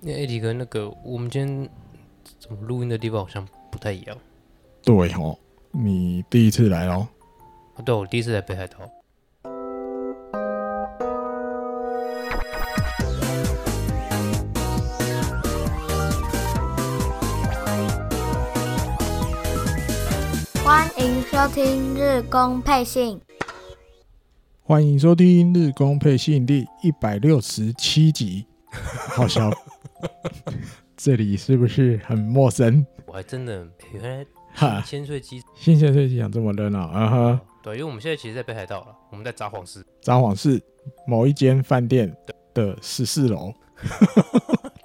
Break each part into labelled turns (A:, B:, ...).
A: 那艾迪跟那个我们今天怎么录音的地方好像不太一样。
B: 对哦，你第一次来哦。
A: 啊对啊，我第一次来北海道。
C: 欢迎收听日工配信，
B: 欢迎收听《日工配信》第一百六十七集，好 笑。这里是不是很陌生？
A: 我还真的诶原来
B: 哈，
A: 千岁机场
B: 新鲜最讲这么热闹啊哈！
A: 对，因为我们现在其实，在北海道了，我们在札幌市。
B: 札幌市某一间饭店的十四楼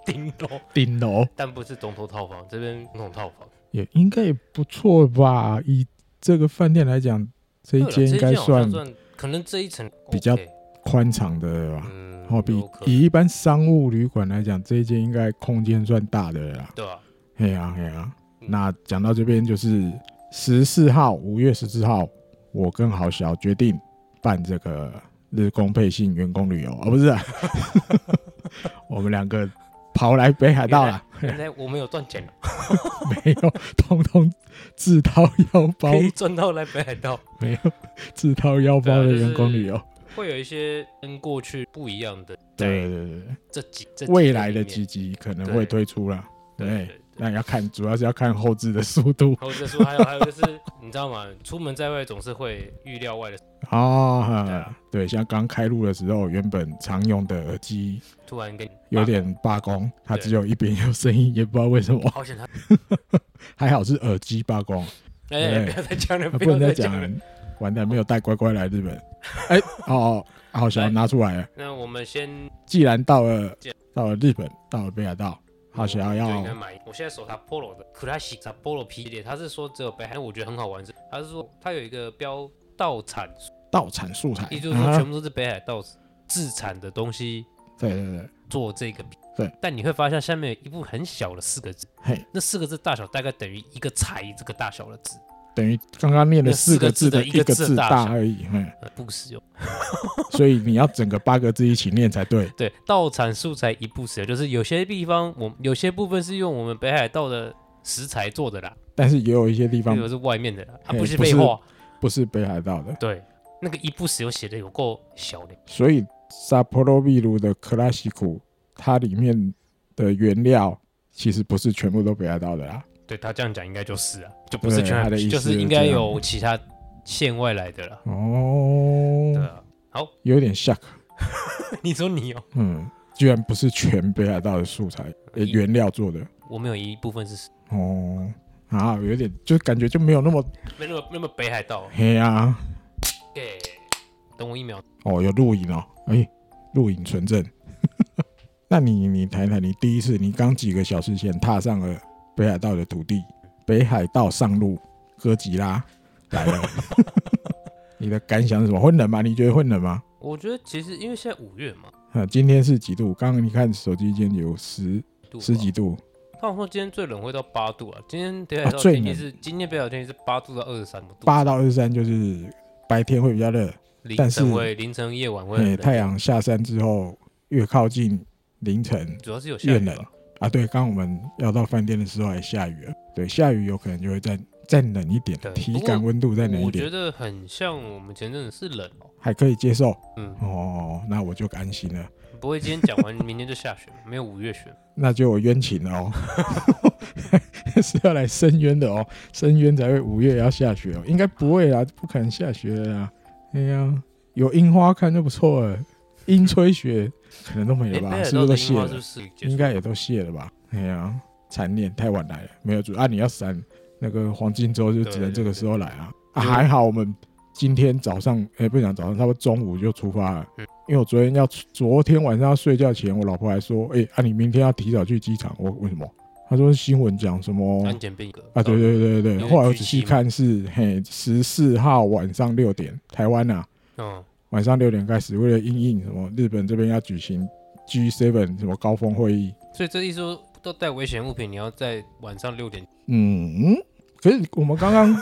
A: 顶楼，
B: 顶楼，
A: 但不是总统套房，这边总统套房。
B: 也应该也不错吧？以这个饭店来讲，这一
A: 对啦
B: 间应该
A: 这好像
B: 算
A: 算，可能这一层
B: 比较
A: OK，
B: 宽敞的了吧？
A: 嗯，
B: 哦，比
A: 有可能
B: 以一般商务旅馆来讲，这一间应该空间算大的了啦。
A: 对啊，
B: 嘿呀嘿呀，
A: 嗯
B: 那讲到这边就是十四号，五月十四号，我跟郝小决定办这个日工配信员工旅游，哦，不是、啊， 我们两个跑来北海道了，
A: 原来我们有赚钱了，
B: 没有，通通自掏腰 包
A: 可，以赚到来北海道，
B: 没有自掏腰包的员工旅游，
A: 会有一些跟过去不一样的。
B: 对，对对对，
A: 这几这几
B: 未
A: 年
B: 来的
A: 里面
B: 几集可能
A: 对
B: 会推出了，
A: 对
B: 对
A: 对。对
B: 那要看，主要是要看后置的速度
A: 或者说还有还有就是，你知道吗？出门在外总是会预料外的，
B: 哦。哈
A: 对啊
B: 对，像刚开录的时候，原本常用的耳机
A: 突然跟你
B: 有点罢工，它
A: 对
B: 只有一边有声音，也不知道为什么
A: 啊。好险他，
B: 还好是耳机罢 工，
A: 哎，
B: 对
A: 不要再讲了，
B: 啊不
A: 要
B: 能再
A: 讲
B: 讲
A: 了
B: 了。。完蛋，没有带乖乖来日本。 哎，哦，哦好
A: 来
B: 想拿出来了。
A: 那我们先，
B: 既然到了
A: 这样
B: 到了日本，到了北海
A: 哦
B: 道，好想
A: 我就应
B: 要
A: 该买。我现在手拿 Polo 的 Classic Polo 系列，他是说只有北海，我觉得很好玩是，他是说他有一个标道产，
B: 道产素材
A: 也就是说全
B: 啊。
A: 部都是北海道自产的东西
B: 对对对，
A: 做这个。
B: 对，
A: 但你会发现下面有一部很小的四个字，
B: 嘿，
A: 那四个字大小大概等于一个才这个大小的字，
B: 等于刚刚念
A: 那
B: 了
A: 四
B: 四
A: 个
B: 个
A: 字
B: 字
A: 的
B: 的
A: 一
B: 一
A: 个
B: 个
A: 字
B: 字
A: 大
B: 大
A: 小
B: 而已，嘿
A: 呃不实用。
B: 所以你要整个八个字一起念才对。
A: 对，道产素材一步使用，就是有些地方我有些部分是用我们北海道的食材做的啦，
B: 但是也有一些地
A: 这
B: 方
A: 个是外面的啦，啊
B: 嘿
A: 不是
B: 不
A: 废
B: 是
A: 话，
B: 不是北海道的，
A: 对，那个一步使用写的有够小的，
B: 所以 Sapporo 秘鲁的克拉西库，它里面的原料其实不是全部都北海道的啊啦。
A: 对他这样讲应该就是啊，就不是
B: 对
A: 全
B: 他的意
A: 就
B: 思
A: 是
B: 是
A: 应
B: 这
A: 该
B: 样
A: 有其他县外来的啦，
B: 哦
A: 对，啊，好，
B: 有点 shock，
A: 你说你哦，
B: 嗯，居然不是全北海道的素材、呃
A: 一
B: 原料做的，
A: 我们有一部分是
B: 哦，啊，有点就感觉就没有那么
A: 没那么那么北海道，
B: 黑啊。
A: 给、等我一秒，
B: 哦，有录影哦，哎、录影存证。 那你你谈谈你第一次，你刚几个小时前踏上了北海道的土地，北海道上路哥吉拉来了， 你的感想是什么？会冷吗？你觉得会冷吗？
A: 我觉得其实因为现在五月嘛，
B: 啊，今天是几度？刚刚你看手机间有十
A: 度
B: 十
A: 吧
B: 几度，
A: 他们说今天最冷会到八度啊，今天北海道
B: 啊最
A: 天气是、
B: 冷
A: 今天北海道天气是八度到二十三度，
B: 八到二十三就是白天会比较热，
A: 凌
B: 但是
A: 晨会凌晨夜晚会
B: 哎、
A: 很冷
B: 太，阳下山之后越靠近凌晨
A: 主要是有下
B: 越
A: 雨
B: 冷
A: 吧，
B: 啊。对，刚刚我们要到饭店的时候还下雨了，对，下雨有可能就会再再冷一点
A: 对，
B: 体
A: 不过
B: 感温度再冷一
A: 我觉
B: 点，
A: 得很像我们前阵子是冷哦，
B: 还可以接受
A: 嗯，
B: 哦。那我就安心了，
A: 不会今天讲完明天就下雪， 没有五月雪，
B: 那就有冤情了哦， 是要来申冤的哦，申冤才会五月要下雪哦，应该不会啦，不可能下雪的啦。哎呀，有樱花看就不错了，樱吹雪可能都没
A: 哎、
B: 了
A: 北
B: 吧？
A: 海
B: 是不是
A: 道
B: 都
A: 的
B: 谢
A: 樱花
B: 了
A: 是？不是结束
B: 应该也都谢了吧？哎呀、残念，太晚来了，没有主啊，你要闪那个黄金周就只能这个时候来啊。啊，
A: 对
B: 还好我们今天早上，哎、不讲早上，差不多中午就出发了。
A: 嗯
B: 因为我昨天要昨天晚上要睡觉前，我老婆还说，哎、啊，你明天要提早去机场。我为什么？她说新闻讲什么
A: 安嗯检变革
B: 啊？对，对对对
A: 因为
B: 对。后来我
A: 聚
B: 仔
A: 集
B: 细
A: 嘛
B: 看是嘿，十四号晚上六点，台湾啊，
A: 嗯，
B: 晚上六点开始，为了应应什么日本这边要举行 G7 什么高峰会议。
A: 所以这一说都带危险物品，你要在晚上六点，
B: 嗯，可是我们刚刚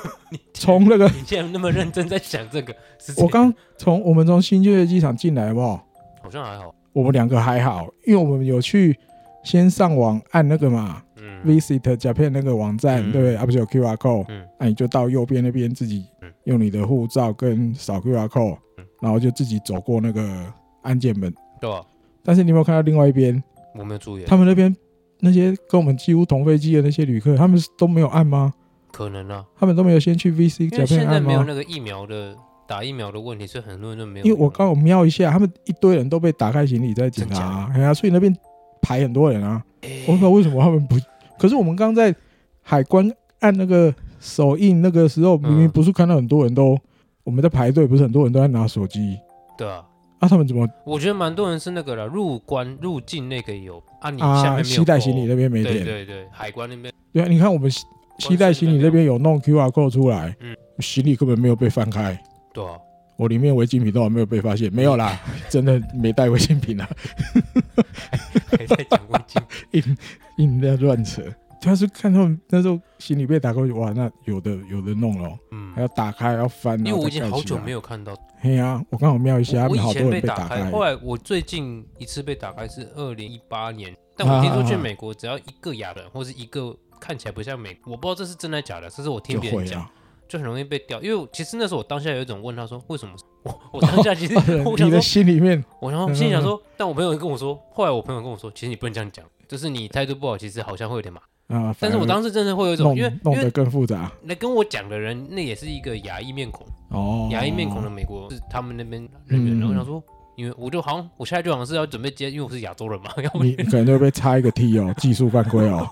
B: 从那个，
A: 你竟然那么认真在想这个，是这
B: 我刚从我们从新就业机场进来，好不好？
A: 好像还好，
B: 我们两个还好，因为我们有去先上网按那个嘛
A: 嗯，
B: ，Visit 甲片那个网站，
A: 嗯
B: 对不对？啊，不是有 QR code，
A: 嗯
B: 那、你就到右边那边自己
A: 嗯
B: 用你的护照跟扫 QR code，、
A: 嗯
B: 然后就自己走过那个安检门。
A: 对吧？
B: 但是你有没有看到另外一边，
A: 我没有注意，啊
B: 他们那边那些跟我们几乎同飞机的那些旅客，他们都没有按吗？
A: 可能啊，
B: 他们都没有先去 VC
A: 因
B: 甲
A: 为现
B: 片
A: 在
B: 按
A: 没有
B: 吗？
A: 那个疫苗的打疫苗的问题，所以很多人都没有。
B: 因为我刚好瞄一下，他们一堆人都被打开行李在检查、啊，哎呀、所以那边排很多人啊。我不知道为什么他们不，可是我们刚在海关按那个手印那个时候，明明
A: 嗯
B: 不是看到很多人都我们在排队，不是很多人都在拿手机
A: 对啊，
B: 啊？他们怎么
A: 我觉得蛮多人是那个了，入关入境那个有啊，你下面没
B: 啊？
A: 有
B: 携带行李
A: 勾
B: 那边没
A: 对
B: 点，
A: 对对，海关那边
B: 对啊，你看我们携携带行李那边有弄 QR code 出来
A: 嗯，
B: 行李根本没有被翻开。
A: 对啊，
B: 我里面违禁品都还没有被发现，没 有啦，真的没带违禁品啊，
A: 还在讲未 经
B: 硬在乱扯。他是看他们那时候行李被打开，哇，那有的有的弄了哦，
A: 嗯
B: 还，要打开，要翻，
A: 因为我已经好久
B: 有。
A: 没有看到，
B: 嘿呀、我刚好瞄一下，啊他
A: 我
B: 们
A: 以
B: 好
A: 前
B: 多
A: 被
B: 人被
A: 打
B: 开
A: 开，。后来我最近一次被打开是二零一八年，但
B: 啊
A: 我听说去美国只要一个亚人或是一个看起来不像美国，我不知道这是真的假的，这是我听
B: 就
A: 别人
B: 会
A: 讲，
B: 啊，
A: 就很容易被掉。因为我其实那时候我当下有一种问他说为什么我我当下其 实 我想说
B: 你的嗯心里面
A: 我然后心里想说，但我朋友跟我说，后来我朋友跟我说，其实你不能这样讲，就是你态度不好，其实好像会有点麻烦。
B: 啊，
A: 但是我当时真的会有一
B: 弄
A: 种，因为因
B: 弄得
A: 为
B: 更复杂
A: 来跟我讲的人，那也是一个亚裔面孔，
B: 哦，
A: 亚裔面孔的美国是他们那边人员，然后
B: 嗯
A: 我想说，因为我就好像我现在就好像是要准备接，因为我是亚洲人嘛， 要不
B: 你你可能就会被插一个 T 哦， 技术犯 规哦，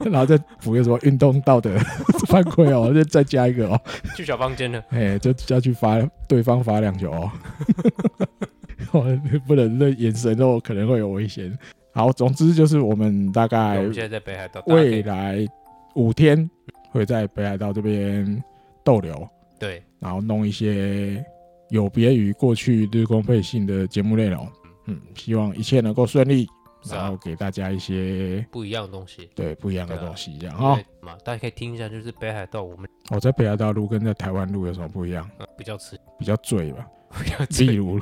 B: 然后再补一个什么运动道德 犯规哦，就再加一个哦，
A: 去小房间了。
B: 哎，就就要去罚对方罚两球哦， 哦不能那眼神哦，可能会有危险。好，总之就是我们大
A: 我
B: 概
A: 们现在在北海道，大家可
B: 哎未
A: 以
B: 来五天会在北海道这边逗留，
A: 对，
B: 然后弄一些有别于过去日光配信的节目内容。嗯，希望一切能够顺利，
A: 是啊
B: 然后给大家一些
A: 不一样的东西。
B: 对不一样的
A: 对啊
B: 东西，这样
A: 因
B: 哈哦
A: 为。嘛，大家可以听一下，就是北海道我们
B: 我在北海道路跟在台湾路有什么不一样？
A: 呃比较吃，
B: 比较醉吧，
A: 比较
B: 例
A: 吃，
B: 如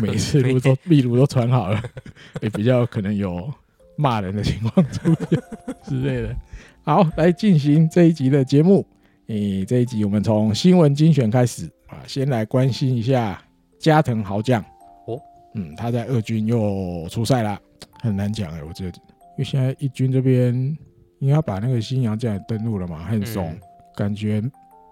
B: 每次路都例如都穿好了，也比较可能有骂人的情况出现之类的。好，来进行这一集的节目。诶、这一集我们从新闻精选开始啊，先来关心一下加藤豪将。
A: 哦，
B: 嗯，他在二军又出赛啦，很难讲哎、我觉得，因为现在一军这边应该把那个新洋将也登陆了嘛，很松，
A: 嗯
B: 感觉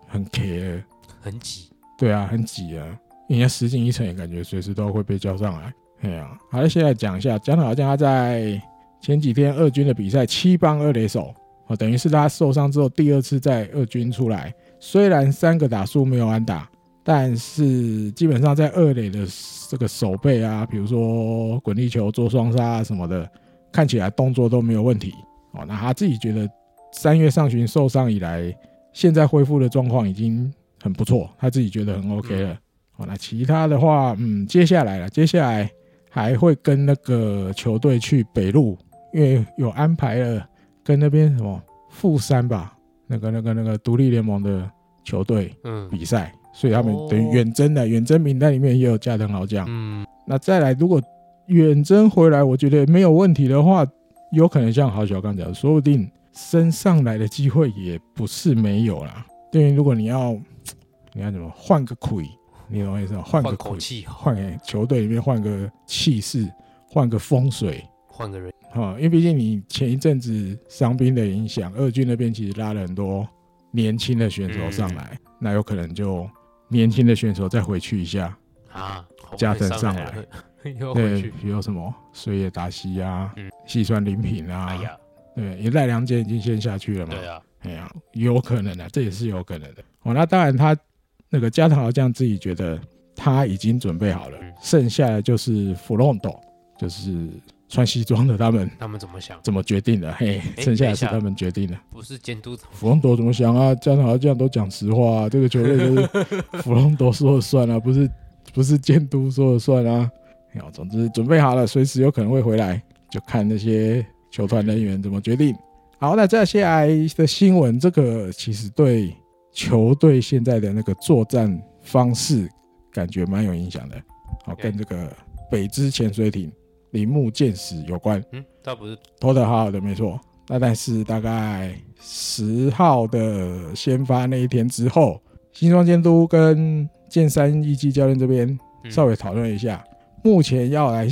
B: 很 care。
A: 很挤。
B: 对啊，很挤啊，人家十进一城也感觉随时都会被叫上来。哎呀、好了，现在讲一下，讲的好像他在前几天二军的比赛七棒二垒手，哦，等于是他受伤之后第二次在二军出来，虽然三个打数没有安打，但是基本上在二垒的这个手背啊，比如说滚地球做双杀啊什么的，看起来动作都没有问题。哦，那他自己觉得三月上旬受伤以来，现在恢复的状况已经很不错，他自己觉得很 OK 了。好、那其他的话，嗯，接下来了，接下来还会跟那个球队去北路，因为有安排了跟那边什么富山吧，那个那个那个独立联盟的球队
A: 嗯
B: 比赛，所以他们
A: 哦
B: 等于远征的远征名单里面也有加藤豪将。
A: 嗯，
B: 那再来，如果远征回来，我觉得没有问题的话，有可能像郝小刚讲的，说不定升上来的机会也不是没有啦。对，如果你要，你要怎么换个魁，你懂我意思吗？换个
A: 换口
B: 魁，
A: 气，
B: 换个球队里面换个气势，换个风水。
A: 换个人，
B: 哈、因为毕竟你前一阵子伤兵的影响，二军那边其实拉了很多年轻的选手上
A: 嗯
B: 来，那有可能就年轻的选手再回去一下，
A: 啊，好
B: 加藤
A: 上
B: 上
A: 了， 又要回
B: 对，
A: 去。
B: 比如什么水野达希啊
A: 嗯、
B: 细川林品
A: 哎
B: 啊，
A: 呀，
B: 对，因为赖良健已经先下去了嘛，
A: 对啊，
B: 哎呀，有可能啊的、这也是有可能的。哦，那当然他那个加藤豪将自己觉得他已经准备好了
A: 嗯，
B: 剩下的就是弗隆斗，就是穿西装的他们
A: 他们怎么想？
B: 怎么决定的，嘿，
A: 哎
B: 剩下的是
A: 等一下
B: 他们决定的。
A: 不是监督，
B: 弗隆多怎么想啊？加藤豪将都讲实话、啊，这个球队就是弗隆多说了算啊， 不是不是监督说了算啊。哎呦总之准备好了，随时有可能会回来，就看那些球团人员怎么决定。好，那接下来的新闻，这个其实对球队现在的那个作战方式感觉蛮有影响的。好，
A: 对
B: 跟这个北支潜水艇铃木健史有关，
A: 嗯，他不是
B: 投的好好的，没错。那但是大概十号的先发那一天之后，新庄监督跟剑山一基教练这边
A: 嗯
B: 稍微讨论一下，目前要来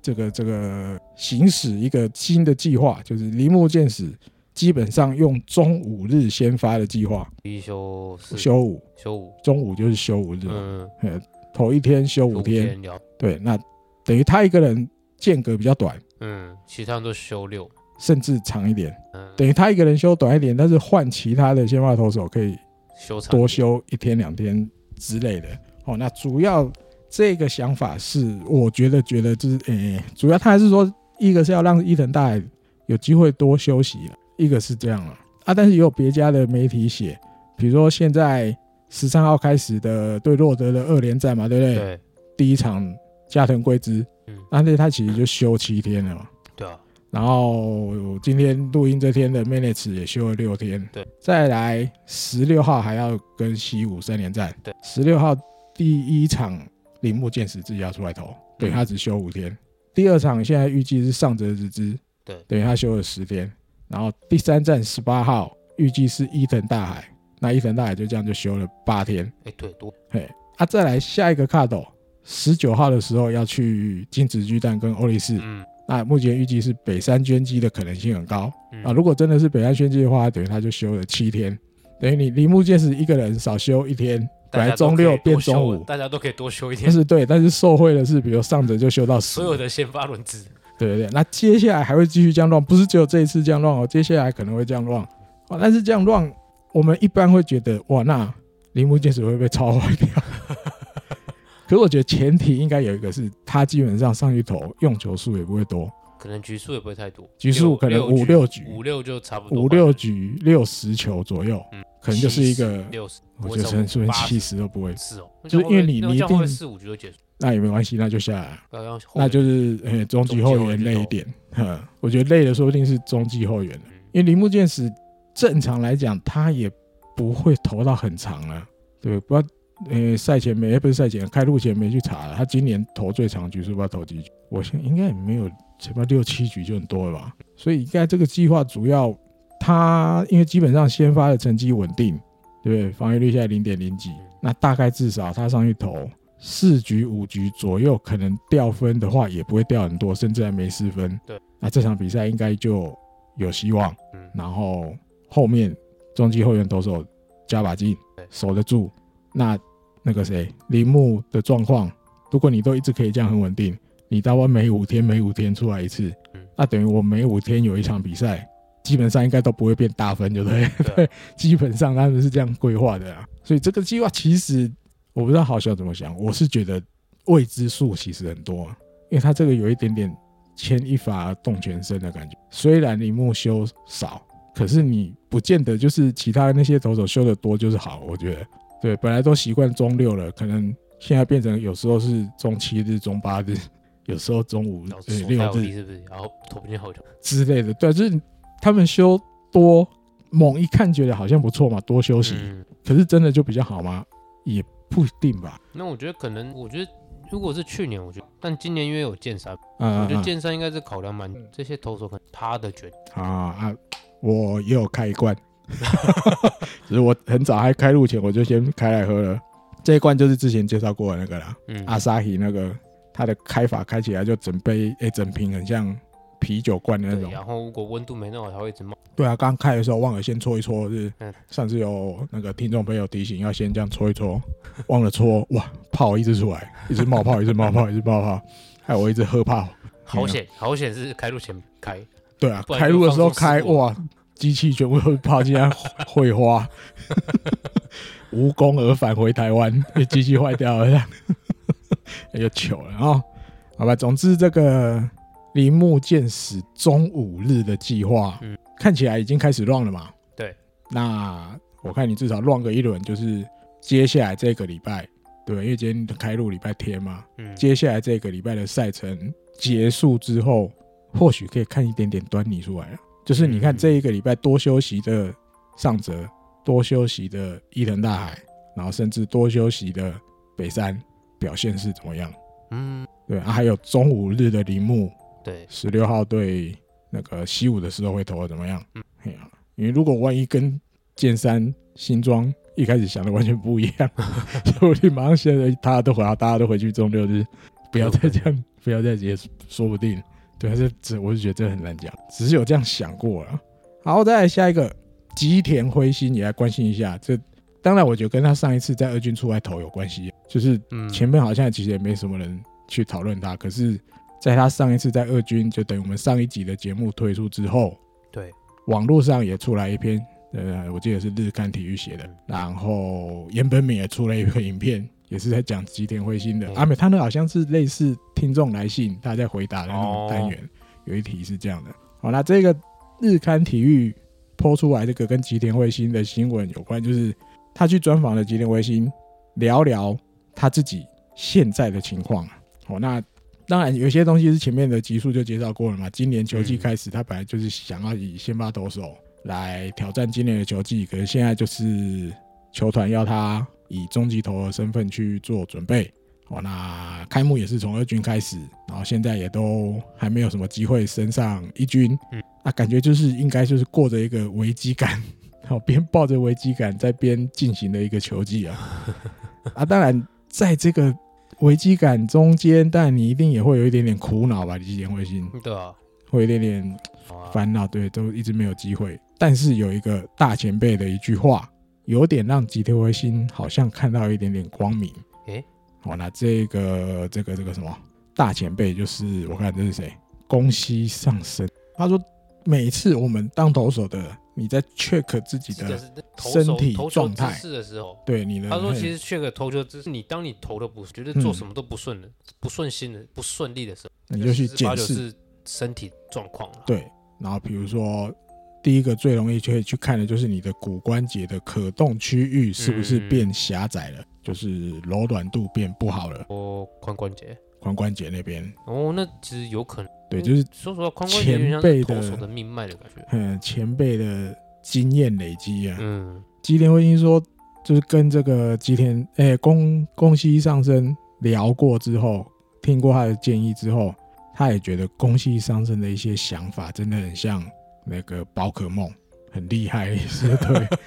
B: 这个这个行使一个新的计划，就是铃木健史基本上用中午日先发的计划，
A: 一休四
B: 休五，
A: 休五，
B: 中午就是休五日嘛，
A: 嗯，
B: 呃，头一天休
A: 休
B: 五天，
A: 天聊，
B: 对，那等于他一个人间隔比较短，
A: 嗯，其他人都休六，
B: 甚至长一点，
A: 嗯，
B: 等于他一个人休短一点，但是换其他的先发投手可以
A: 休长
B: 多
A: 一点，
B: 休一天两天之类的。哦，那主要这个想法是，我觉得觉得就是，诶、主要他还是说，一个是要让伊藤大海有机会多休息了，一个是这样了啊。但是也有别家的媒体写，比如说现在十三号开始的对洛德的二连战嘛，对不对？
A: 对
B: 第一场加藤贵之，
A: 嗯
B: 但是他其实就休七天了嘛。
A: 对啊，
B: 然后今天录音这天的 minutes 也休了六天，
A: 对，
B: 再来十六号还要跟西武三连战，
A: 对，
B: 十六号第一场铃木健史自己要出来投，对
A: 嗯
B: 他只休五天，第二场现在预计是上泽直之，
A: 对
B: 等于他休了十天，然后第三站十八号预计是伊藤大海，那伊藤大海就这样就休了八天，
A: 哎，对，多，
B: 嘿，啊，再来下一个卡斗，十九号的时候要去金子巨蛋跟欧力士。
A: 嗯
B: 那目前预计是北山捐基的可能性很高
A: 嗯
B: 啊。如果真的是北山捐基的话，等于他就休了七天，等于你铃木健史一个人少休一天，
A: 大
B: 本来
A: 家都
B: 中
A: 可以
B: 六变
A: 多休
B: 中五，
A: 大家都可以多休一
B: 但
A: 天，
B: 是对，但是受贿的是，比如上者就休到十
A: 所，有的先发轮子，
B: 对对对。那接下来还会继续这样乱，不是只有这一次这样乱哦，接下来可能会这样乱哦。但是这样乱，我们一般会觉得哇，那铃木健史会被超坏掉。 可是我觉得前提应该有一个是，他基本上上去投用球数也不会多，
A: 可能局数也不会太多，
B: 局数可能
A: 六
B: 五六局，
A: 五六就差不多，
B: 五六局六十球左右，
A: 嗯
B: 可能就是一个，
A: 六十，
B: 我觉得甚至连七十都不会，
A: 是哦，
B: 就是因为你你一定
A: 四五局就结束，
B: 那也没关系，那就下来，啊
A: 刚刚后
B: 那
A: 面
B: 就是呃中继后援累一点，哼，我觉得累的说不定是中继后援了，
A: 嗯
B: 因为铃木健史正常来讲他也不会投到很长了，对，不知道呃赛前没不是赛前开录前没去查了，他今年投最长局是不知道投几局，我想应该也没有什么六七局就很多了吧，所以应该这个计划主要他因为基本上先发的成绩稳定，对不对？防御率现在零点零几，
A: 嗯
B: 那大概至少他上去投四局五局左右，可能掉分的话也不会掉很多，甚至还没失分。
A: 对，
B: 那这场比赛应该就有希望。
A: 嗯
B: 然后后面中继后援投手加把劲
A: 对，
B: 守得住。那那个谁，铃木的状况，如果你都一直可以这样很稳定，你大概每五天每五天出来一次
A: 嗯，
B: 那等于我每五天有一场比赛，基本上应该都不会变大分，对不对？
A: 对啊，
B: 基本上他们是这样规划的啊。所以这个计划其实我不知道好笑怎么想，我是觉得未知数其实很多、啊，因为他这个有一点点牵一发而动全身的感觉。虽然铃木修少，可是你不见得就是其他那些投手修的多就是好，我觉得对，本来都习惯中六了，可能现在变成有时候是中七日、中八日。 有时候中午
A: 然后
B: 呃
A: 手
B: 六
A: 太有
B: 日
A: 力是不是？然后投不进后球，
B: 之类的，对，就是他们修多，猛一看觉得好像不错嘛，多休息，
A: 嗯，
B: 可是真的就比较好吗？也不一定吧。
A: 那我觉得可能，我觉得如果是去年，我觉得，但今年因为有剑三，
B: 啊
A: 我觉得剑三应该是考量蛮这些投手可能他的决定，
B: 啊啊！我也有开一罐， 只是我很早还开录前我就先开来喝了。这一罐就是之前介绍过的那个啦，
A: 嗯
B: 阿萨希那个，它的开法开起来就整杯诶、整瓶很像啤酒罐的那
A: 对，啊
B: 种。
A: 然后如果温度没弄好，它会一直冒，
B: 对啊，刚开的时候忘了先搓一搓，是
A: 嗯
B: 上次有那个听众朋友提醒要先这样搓一搓，忘了搓，哇，泡一直出来，一直冒泡，一直冒泡，一直冒泡，害我一直喝泡。
A: 好险，好险是开路前开，
B: 对啊，
A: 不然
B: 开
A: 就
B: 路的时候
A: 放纵
B: 开
A: 事故
B: 哇，机器全部都跑进来 会花，无功而返回台湾， 因为机器坏掉了，这 样又糗了啊、好吧，总之这个铃木健史中午日的计划，
A: 嗯
B: 看起来已经开始乱了嘛。
A: 对，
B: 那我看你至少乱个一轮，就是接下来这个礼拜，对，因为今天的开路礼拜天嘛，
A: 嗯，
B: 接下来这个礼拜的赛程结束之后，或许可以看一点点端倪出来了。就是你看
A: 嗯
B: 这一个礼拜多休息的上泽，多休息的伊藤大海，然后甚至多休息的北山表现是怎么样？
A: 嗯，
B: 对啊，还有中午日的铃木
A: 对，
B: 十六号对那个西武的时候会投的怎么样
A: 嗯？
B: 哎呀、因为如果万一跟剑三新庄一开始想的完全不一 样，说不定马上现在大家都回，大家都回去中六日，不要再这样，不要再也说不定。对啊，这这我是觉得这很难讲，只是有这样想过了。好，再来下一个吉田辉心也来关心一下，这当然我觉得跟他上一次在二军出来投有关系，就是
A: 嗯，
B: 前面好像其实也没什么人去讨论他，可是在他上一次在二军，就等于我们上一集的节目推出之后，
A: 对，
B: 网络上也出来一篇，呃，我记得是日刊体育写的
A: 嗯，
B: 然后岩本敏也出了一个影片，也是在讲吉田辉星的。
A: 嗯
B: 啊，没，他那好像是类似听众来信，他在回答的那种
A: 哦
B: 单元，有一题是这样的。好，那这个日刊体育抛出来这个跟吉田辉星的新闻有关，就是他去专访了吉田辉星，聊聊他自己现在的情况啊。好，那当然有些东西是前面的集数就介绍过了嘛。今年球季开始，他本来就是想要以先发投手来挑战今年的球季，可是现在就是球团要他以中级投的身份去做准备。哦，那开幕也是从二军开始，然后现在也都还没有什么机会升上一军。
A: 嗯，
B: 那啊感觉就是应该就是过着一个危机感，好边抱着危机感在边进行的一个球季啊。啊，当然，在这个危机感中间，但你一定也会有一点点苦恼吧？吉田辉心
A: 对啊，
B: 会有一点点
A: 好啊
B: 烦恼，对，都一直没有机会。但是有一个大前辈的一句话，有点让吉田辉心好像看到一点点光明。
A: 诶
B: 好、那这个这个这个什么大前辈就是我看这是谁？宫西上升，他说每次我们当投手的，你在 check 自己
A: 这个
B: 的
A: 是投手
B: 身体
A: 投球
B: 状
A: 姿
B: 态
A: 势的时候，
B: 对啊你的，
A: 他说
B: 嘿
A: 其实缺个投球姿势，你当你投的不觉
B: 嗯
A: 得做什么都不顺的、不顺心的、不顺利的时候，
B: 你就去
A: 十之八
B: 检
A: 九
B: 视
A: 是身体状况啊了。
B: 对，然后比如说第一个最容易就会去看的就是你的骨关节的可动区域是不是
A: 嗯
B: 变狭窄了，就是柔软度变不好了，
A: 哦，髋关节，
B: 髋关节那边，
A: 哦，那其实有可能。嗯
B: 对，就是
A: 说实话，髋关节有点像
B: 前辈
A: 是
B: 的
A: 投手的命脉的感觉。
B: 嗯前辈的经验累积啊。
A: 嗯，
B: 吉田辉一说，就是跟这个吉田诶宫宫西上升聊过之后，听过他的建议之后，他也觉得宫西上升的一些想法真的很像那个宝可梦，很厉害，也是对。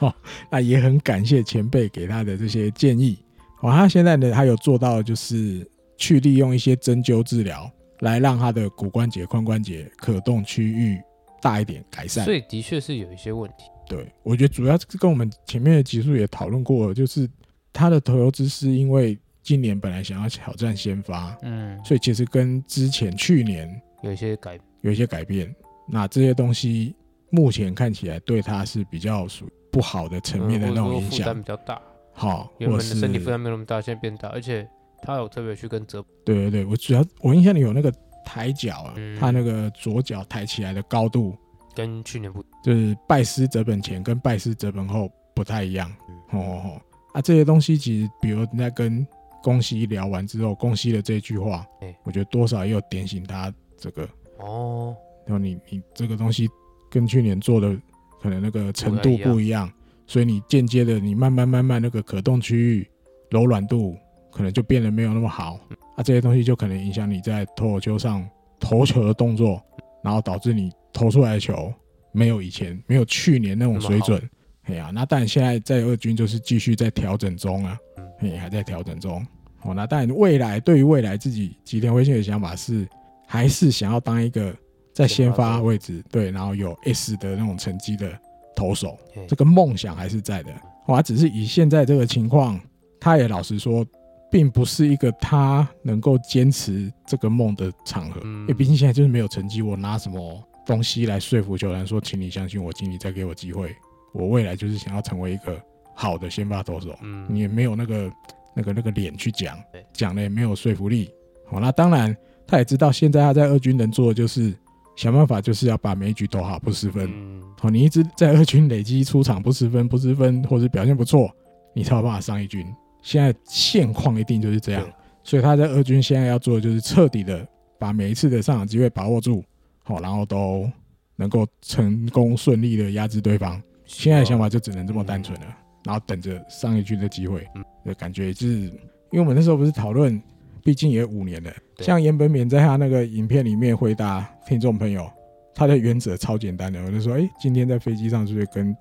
B: 哦，那也很感谢前辈给他的这些建议。哦，他现在呢，他有做到的就是去利用一些针灸治疗，来让他的骨关节、髋关节可动区域大一点改善
A: 所。以的确是有一些问题。
B: 对，我觉得主要是跟我们前面的集数也讨论过了，就是他的投球姿势，因为今年本来想要挑战先发，
A: 嗯，
B: 所以其实跟之前去年
A: 有一些改
B: 有一些改变。那这些东西目前看起来对他是比较属于不好的层面的那
A: 嗯或
B: 种
A: 者
B: 影
A: 说负担比，
B: 响
A: 较大，
B: 好，
A: 原
B: 或
A: 本
B: 者
A: 的
B: 是
A: 身体负担没有那么大，现在变大，而且他有特别去跟泽，
B: 对对对，我主要我印象里有那个抬脚啊，
A: 嗯
B: 他那个左脚抬起来的高度，
A: 跟去年不
B: 就是拜师折本前跟拜师折本后不太一样。哦
A: 嗯
B: 哦哦，啊，这些东西其实，比如人家跟宫西聊完之后，宫西的这句话，
A: 哎
B: 我觉得多少也有点醒他这个，
A: 哦，
B: 然后你你这个东西跟去年做的可能那个程度不
A: 不
B: 一样，所以你间接的你慢慢慢慢那个可动区域柔软度可能就变得没有那么好，啊，这些东西就可能影响你在投球上投球的动作，然后导致你投出来的球没有以前没有去年那种水准。哎呀、那当然现在在二军就是继续在调整中啊，也还在调整中。哦，那当然未来对于未来自己吉田辉信的想法是，还是想要当一个在先发位置对，然后有 S 的那种成绩的投手，
A: 嘿
B: 这个梦想还是在的。哇，只是以现在这个情况，他也老实说，并不是一个他能够坚持这个梦的场合，
A: 嗯
B: 因为毕竟现在就是没有成绩，我拿什么东西来说服球员说，请你相信我，请你再给我机会，我未来就是想要成为一个好的先发投手。
A: 嗯，
B: 你也没有那个那个那个脸去讲
A: 对，
B: 讲了也没有说服力。好、那当然他也知道现在他在二军能做的就是想办法，就是要把每一局投好不失分。
A: 嗯
B: 好、哦你一直在二军累积出场不失分、不失分，或者表现不错，你才有办法上一军。现在现况一定就是这样
A: 对，
B: 所以他在二军现在要做的就是彻底的把每一次的上场机会把握住，好、然后都能够成功顺利的压制对方。现在的想法就只能这么单纯了，然后等着上一局的机会
A: 嗯。
B: 的感觉就是，因为我们那时候不是讨论毕竟也五年了。
A: 对
B: 像岩本勉在他那个影片里面回答听众朋友，他的原则超简单的，我就说，哎、今天在飞机上是不是跟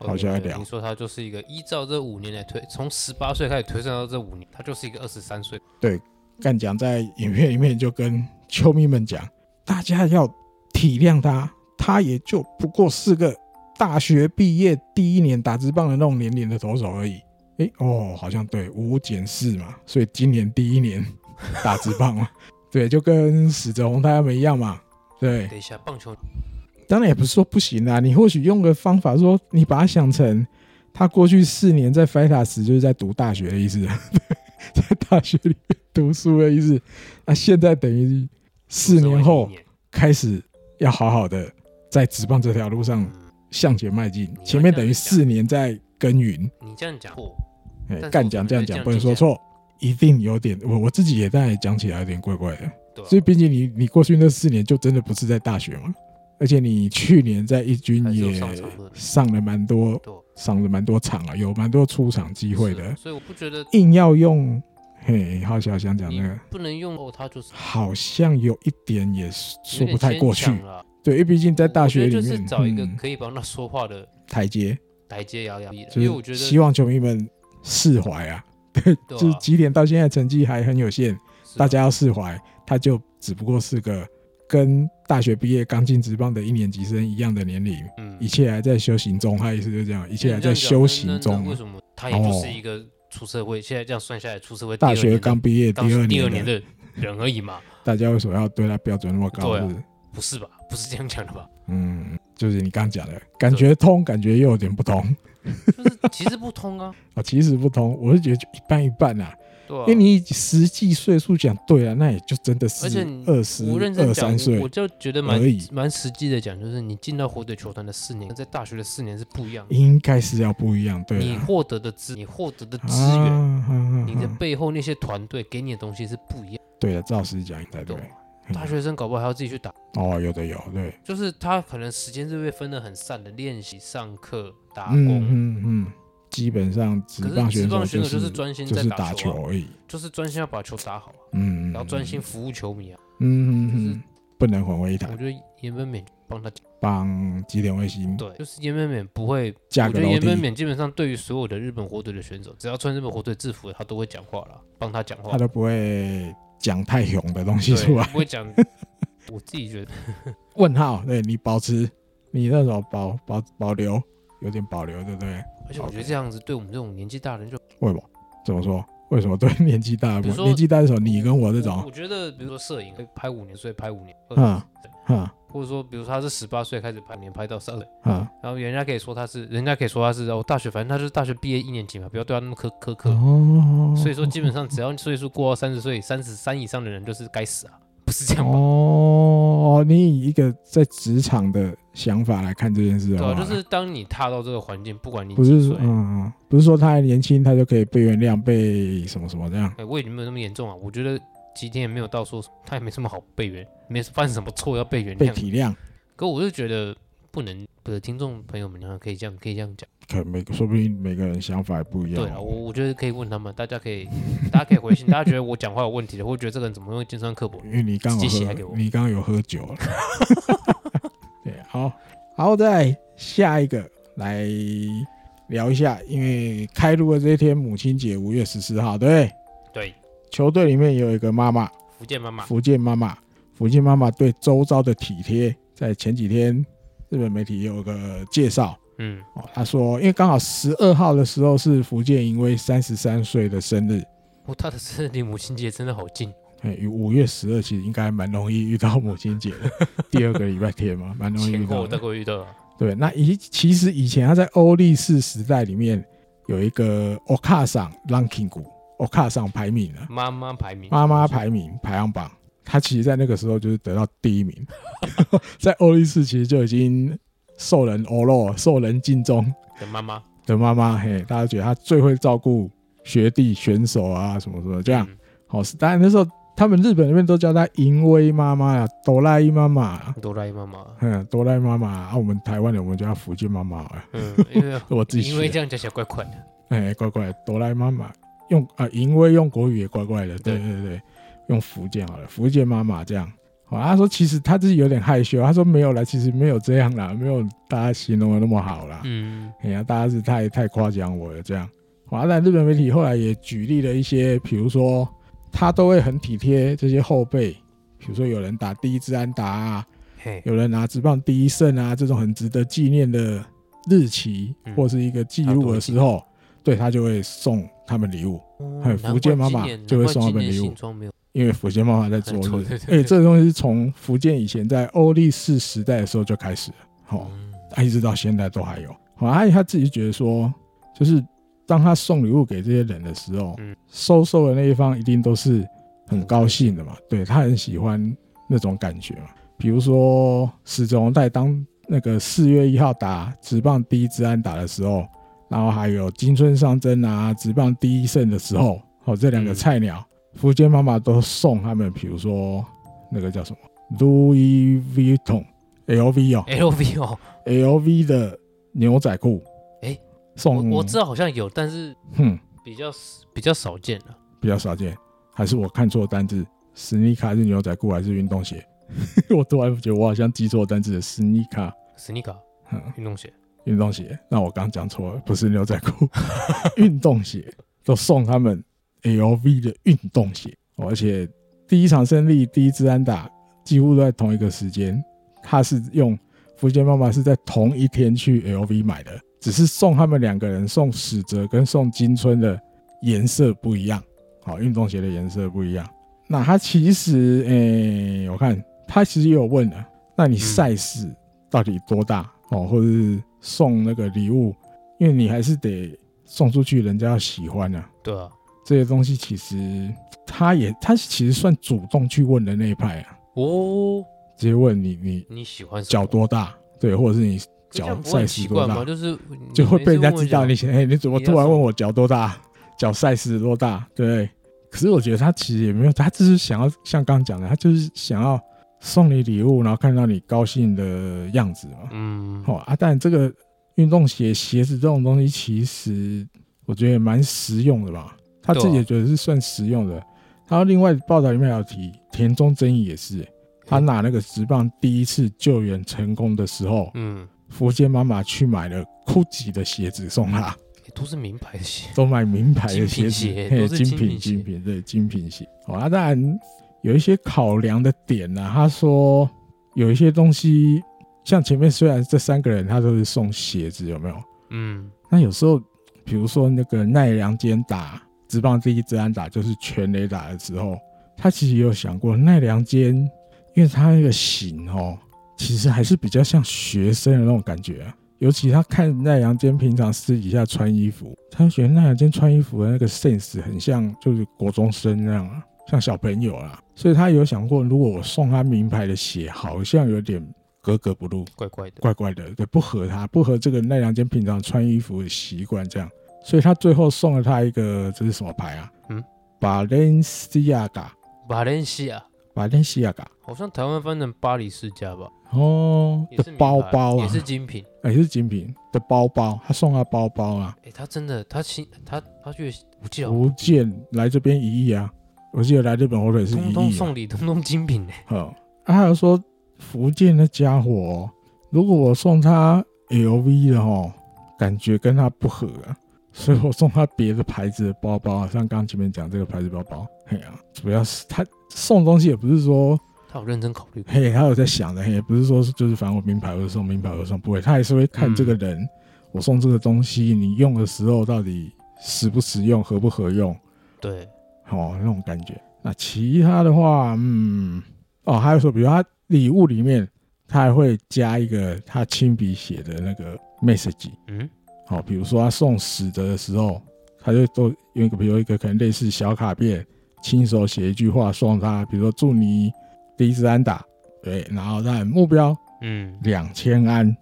B: 好像要
A: 对
B: 聊
A: 你说他就是一个依照这五年来推，从十八岁开始推算到这五年，他就是一个二十三岁。
B: 干讲在影片里面就跟球迷们讲，大家要体谅他，他也就不过是个大学毕业第一年打直棒的那种年龄的投手而已。诶，哦，好像对五减四嘛，所以今年第一年打直棒嘛， 对，就跟史哲宏他们一样嘛，对，
A: 等一下，棒球
B: 当然也不是说不行啦，你或许用个方法说，你把它想成他过去四年在 FITAS 就是在读大学的意思， 在大学里面读书的意思。那、现在等于四年后
A: 只有一
B: 开始要好好的在职棒这条路上
A: 年嗯
B: 向前迈进，前面等于四年在耕耘。
A: 你这样讲错，
B: 哎
A: 嗯但是
B: 干
A: 我
B: 讲
A: 觉
B: 这样
A: 得这
B: 讲
A: 样
B: 不能
A: 就
B: 说
A: 这
B: 错，一定有点我我自己也当然讲起来有点怪怪的。
A: 对吧
B: 所以，毕竟你你过去那四年就真的不是在大学嘛，而且你去年在一军
A: 还是有
B: 也
A: 上场的
B: 上了蛮多
A: 对，
B: 上了蛮多场啊，有蛮多出场机会
A: 是啊
B: 的。
A: 所以我不觉得
B: 硬要用，嘿，好小想讲
A: 你
B: 那个，
A: 不能用哦，他就是
B: 好像有一点也说
A: 有点
B: 不太过去
A: 牵。强啦
B: 对，因为毕竟在大学里
A: 我觉得就是
B: 面，
A: 找一个
B: 嗯
A: 可以帮他说话的
B: 台阶，
A: 台阶摇摇椅，
B: 就
A: 因为我觉
B: 是
A: 得
B: 希望球迷们释怀啊。
A: 对啊
B: 就是几点到现在成绩还很有限，
A: 是啊
B: 大家要释怀，他就只不过是个跟大学毕业刚进职棒的一年级生一样的年龄，
A: 嗯
B: 一切还在修行中。他意思就是这样，一
A: 你这
B: 切还
A: 样
B: 在
A: 讲
B: 修
A: 那
B: 行
A: 那那
B: 中啊哦
A: 为。什么他也就是一个出社会，现在这样算下来，出社会第二
B: 大学
A: 年的
B: 刚毕业第
A: 刚
B: 二
A: 第
B: 年
A: 年
B: 的，
A: 的人而已嘛，
B: 大家为什么要对他标准那么高？
A: 对啊
B: 是不是
A: 不是吧？不是这样讲的吧？
B: 嗯，就是你刚讲的，感觉通，感觉又有点不通
A: 就是其实不通啊，
B: 啊。其实不通，我是觉得就一半一半啊。
A: 对啊
B: 因为你实际岁数讲对了，那也就真的是
A: 而且你
B: 二十
A: 我认真
B: 二
A: 讲
B: 三，岁
A: 我我，就觉得蛮
B: 而已
A: 蛮实际的讲，就是你进到火腿球团的四年，跟在大学的四年是不一样的。
B: 应该是要不一样，对
A: 你
B: 啦
A: 获得的资，你获得的
B: 啊。
A: 资源，
B: 啊啊
A: 你的
B: 啊
A: 背后那些团队给你的东西是不一样
B: 对了，照实讲应该对
A: 的。。
B: 嗯
A: 大学生搞不好还要自己去打，
B: 哦，有的有，对，
A: 就是他可能时间是被分得很散的，练习、上课、打工。
B: 嗯嗯嗯，基本上职
A: 可
B: 棒
A: 是职
B: 选手
A: 棒选手
B: 就
A: 就是
B: 是
A: 专心
B: 就
A: 在
B: 是打
A: 球啊，
B: 球而已，
A: 就是专心要把球打好啊，
B: 嗯，
A: 然后专心，服务球迷啊。
B: 嗯嗯
A: 就是
B: 嗯，不能混为一
A: 我
B: 谈，
A: 觉得严本勉帮他
B: 帮吉田卫星
A: 对，就是严本勉不会
B: 架
A: 我
B: 个
A: 觉得
B: 楼
A: 岩本
B: 梯，
A: 勉基本上对于所有的日本火腿的选手，只要穿日本火腿制服，他都会讲话啦，帮他讲话
B: 他，都不会啊讲太勇的东西
A: 对，
B: 出来。
A: 不会讲。 我自己觉得，
B: 问号，对你保持，你那种保保保留，有点保留，对不对？
A: 而且我觉
B: OK
A: 得这样子对我们这种年纪大的人就，
B: 为什么？怎么说？为什么对年纪大
A: 比如
B: 的不？
A: 说
B: 年纪大的时候，你跟我这
A: 我
B: 种，
A: 我觉得比如说摄影可以拍五年，所以拍五年，
B: 嗯嗯
A: 或者说比如说他是十八岁开始拍，五年拍到三十岁，
B: 嗯，
A: 然后人家可以说他是，人家可以说他是哦大学，反正他就是大学毕业一年级嘛，不要对他那么苛苛刻。
B: 哦，
A: 所以说基本上只要岁数过到三十岁，三十三以上的人就是该死啊，不是这样吗？
B: 哦，你以一个在职场的想法来看这件事的
A: 对
B: 话，
A: 啊，就是当你踏到这个环境，不管你
B: 不
A: 几
B: 是说
A: 岁，
B: 嗯，嗯不是说他还年轻，他就可以被原谅，被什么什么这样。
A: 哎、我也没有那么严重啊。我觉得吉田也没有到说他也没什么好被原，没犯什么错要被原
B: 被
A: 谅。
B: 体谅，
A: 可我就觉得不能，不是听众朋友们，然啊后可以这样，可以这样讲。
B: 可能每说不定每个人想法也不一样哦
A: 对啊，。我我觉得可以问他们，大家可以，大家可以回信。大家觉得我讲话有问题的，或者觉得这个人怎么会尖酸刻薄，
B: 因为你刚有
A: 自己写来给
B: 喝，
A: 我
B: 你刚刚有喝酒 了。对，好，好，再来下一个来聊一下，因为开录的这一天母亲节，五月十四号，对不对？
A: 对，
B: 球队里面有一个妈妈，
A: 福建妈妈，
B: 福建妈妈，福建妈妈对周遭的体贴，在前几天日本媒体有个介绍
A: 嗯，
B: 哦，她说，因为刚好十二号的时候是福建因为三十三岁的生日，
A: 我他的生日离母亲节真的好近，
B: 哎，五月十二其实应该蛮容易遇到母亲节的， 第二个礼拜天嘛，蛮容易遇
A: 前
B: 到
A: 后都
B: 的。
A: 会遇到啊。
B: 对，那以其实以前他在欧力士时代里面有一个 Oka 上 ranking 股，Oka 上排名啊了。
A: 妈妈排名，
B: 妈妈排名排行榜，他其实在那个时候就是得到第一名， 在欧力士其实就已经受人欧落、受人敬重
A: 的妈妈，
B: 的妈妈，嘿，大家觉得他最会照顾学弟选手啊，什么什么这样。
A: 嗯
B: 好、是当然那时候他们日本那边都叫他银威妈妈啊，哆啦 A 妈妈啊，
A: 哆啦 A 妈妈，
B: 嗯，哆啦 A 妈妈啊，啊我们台湾人我们叫她福建妈妈啊，
A: 嗯，因为
B: 我 自己
A: 因为
B: 学
A: 这样讲起来怪怪的，
B: 哎，怪怪的，哆啦 A 妈妈用啊，银威用国语也怪怪的，对
A: 对
B: 对对，用福建好了，福建妈妈这样。好、他说其实他自己有点害羞，他说没有啦，其实没有这样啦，没有大家形容的那么好啦。
A: 嗯，
B: 哎呀，大家是太太夸奖我了这样。华但日本媒体后来也举例了一些，比如说他都会很体贴这些后辈，比如说有人打第一支安打啊，
A: 嘿，
B: 有人拿职棒第一胜啊这种很值得纪念的日期
A: 嗯
B: 或是一个记录的时候，对他就会送他们礼物，
A: 嗯
B: 嘿
A: 难怪
B: 福建妈妈
A: 今年
B: 就会送
A: 难
B: 一
A: 怪今
B: 本
A: 年
B: 礼物
A: 新装没有，
B: 因为福建妈妈在做
A: 在做
B: 日，
A: 对对
B: 而且这个东西是从福建以前在欧力士时代的时候就开始了，好、
A: 嗯
B: 啊，一直到现在都还有。好、阿姨她自己觉得说，就是当她送礼物给这些人的时候，
A: 嗯
B: 收受的那一方一定都是很高兴的嘛，对她很喜欢那种感觉嘛。比如说史哲宏在当那个四月一号打直棒第一支安打的时候，然后还有金村上真啊直棒第一胜的时候，哦，这两个
A: 嗯
B: 菜鸟，福建妈妈都送他们，比如说那个叫什么 Louis Vuitton LV 哦，
A: LV 哦，
B: LV 的牛仔裤，
A: 诶我
B: 送
A: 我知道好像有，但是
B: 哼
A: 比较 s- 比较少见了。
B: 比较少见，还是我看错单字？斯尼卡是牛仔裤还是运动鞋？ 我突然觉得我好像记错单字了，斯尼卡，
A: 斯尼卡
B: 嗯，
A: 运动鞋，
B: 运动鞋。那我刚讲错了，不是牛仔 裤，运动鞋都送他们 LV 的运动鞋、哦而且第一场胜利，第一支安打几乎都在同一个时间，他是用福建妈妈是在同一天去 LV 买的，只是送他们两个人送史哲跟送金春的颜色不一样，好、运动鞋的颜色不一样。那他其实，诶、我看他其实也有问了，那你
A: 嗯
B: size 到底多大哦，或者是送那个礼物，因为你还是得送出去，人家要喜欢啊。
A: 对啊，
B: 这些东西其实他也他其实算主动去问的那一派啊，
A: 哦，
B: 直接问你你
A: 你喜欢什么
B: 脚多大，对，或者是你
A: 这样
B: 脚
A: 不会很
B: size
A: 奇
B: 多
A: 怪
B: 大
A: 吗？，就是你
B: 就会被人家
A: 每次问我
B: 知道
A: 讲
B: 你哎、你怎么
A: 你要
B: 突然
A: 送
B: 问我脚多大，脚 size 多大，对不对？可是我觉得他其实也没有，他只是想要像刚刚讲的，他就是想要送你礼物，然后看到你高兴的样子嘛。
A: 嗯，
B: 哦啊，但这个运动鞋、鞋子这种东西，其实我觉得也蛮实用的吧。他自己也觉得是算实用的。然后另外报道里面还有提，田中真一也是，他拿那个直棒第一次救援成功的时候，
A: 嗯，
B: 福建妈妈去买了 GUCCI 的鞋子送他，
A: 诶都是名牌的鞋，
B: 都买名牌的
A: 精
B: 鞋
A: 品
B: 子
A: 鞋，都
B: 嘿
A: 是
B: 精
A: 精
B: 品
A: 品鞋
B: 精品对精品鞋。哦，啊，当然有一些考量的点呢、他说有一些东西，像前面虽然这三个人他都是送鞋子，有没有？
A: 嗯，
B: 那有时候，比如说那个奈良间打直棒第一支安打就是全垒打的时候，他其实也有想过奈良间，因为他那个型哦，其实还是比较像学生的那种感觉啊、尤其他看奈良间平常私底下穿衣服，他就觉得奈良间穿衣服的那个 sense 很像就是国中生那样啊，像小朋友啊。所以他有想过，如果我送他名牌的鞋，好像有点格格不入。
A: 怪怪的，
B: 怪怪的，对，不合他，不合这个奈良间平常穿衣服的习惯这样，所以他最后送了他一个这是什么牌啊？
A: 嗯
B: ，Balenciaga，Balenciaga，
A: 巴伦西亚好像台湾翻成巴黎世家吧，
B: 哦
A: 也是
B: 的
A: 名
B: 包
A: 牌
B: 包啊，
A: 也是精品。
B: 哎是精品的包包，他送他包包啊，
A: 哎，他真的，他新他他去我记得
B: 福建来这边一亿啊，我记得来日本或者是
A: 通
B: 一
A: 通
B: 亿啊，
A: 送礼，通通精品呢。
B: 嗯，啊还有说福建那家伙哦、如果我送他 LV 的哦，感觉跟他不合啊，所以我送他别的牌子的包包啊，像刚刚前面讲这个牌子包包，嘿呀、主要是他送东西也不是说
A: 他有认真考虑过，
B: 嘿，他有在想的，嘿，也不是说是就是反正我名牌我就送名牌我就送，不会，他还是会看这个人，我送这个东西你用的时候到底实不实用，合不合用，
A: 对，
B: 哦，那种感觉。那其他的话，嗯，哦，还有说，比如他礼物里面，他还会加一个他亲笔写的那个 message，
A: 嗯，
B: 好、哦，比如说他送死的的时候，他就都用一个，比如一个可能类似小卡片，亲手写一句话送他，比如说祝你第一次安打，对，然后他目标
A: 嗯，
B: 两千安，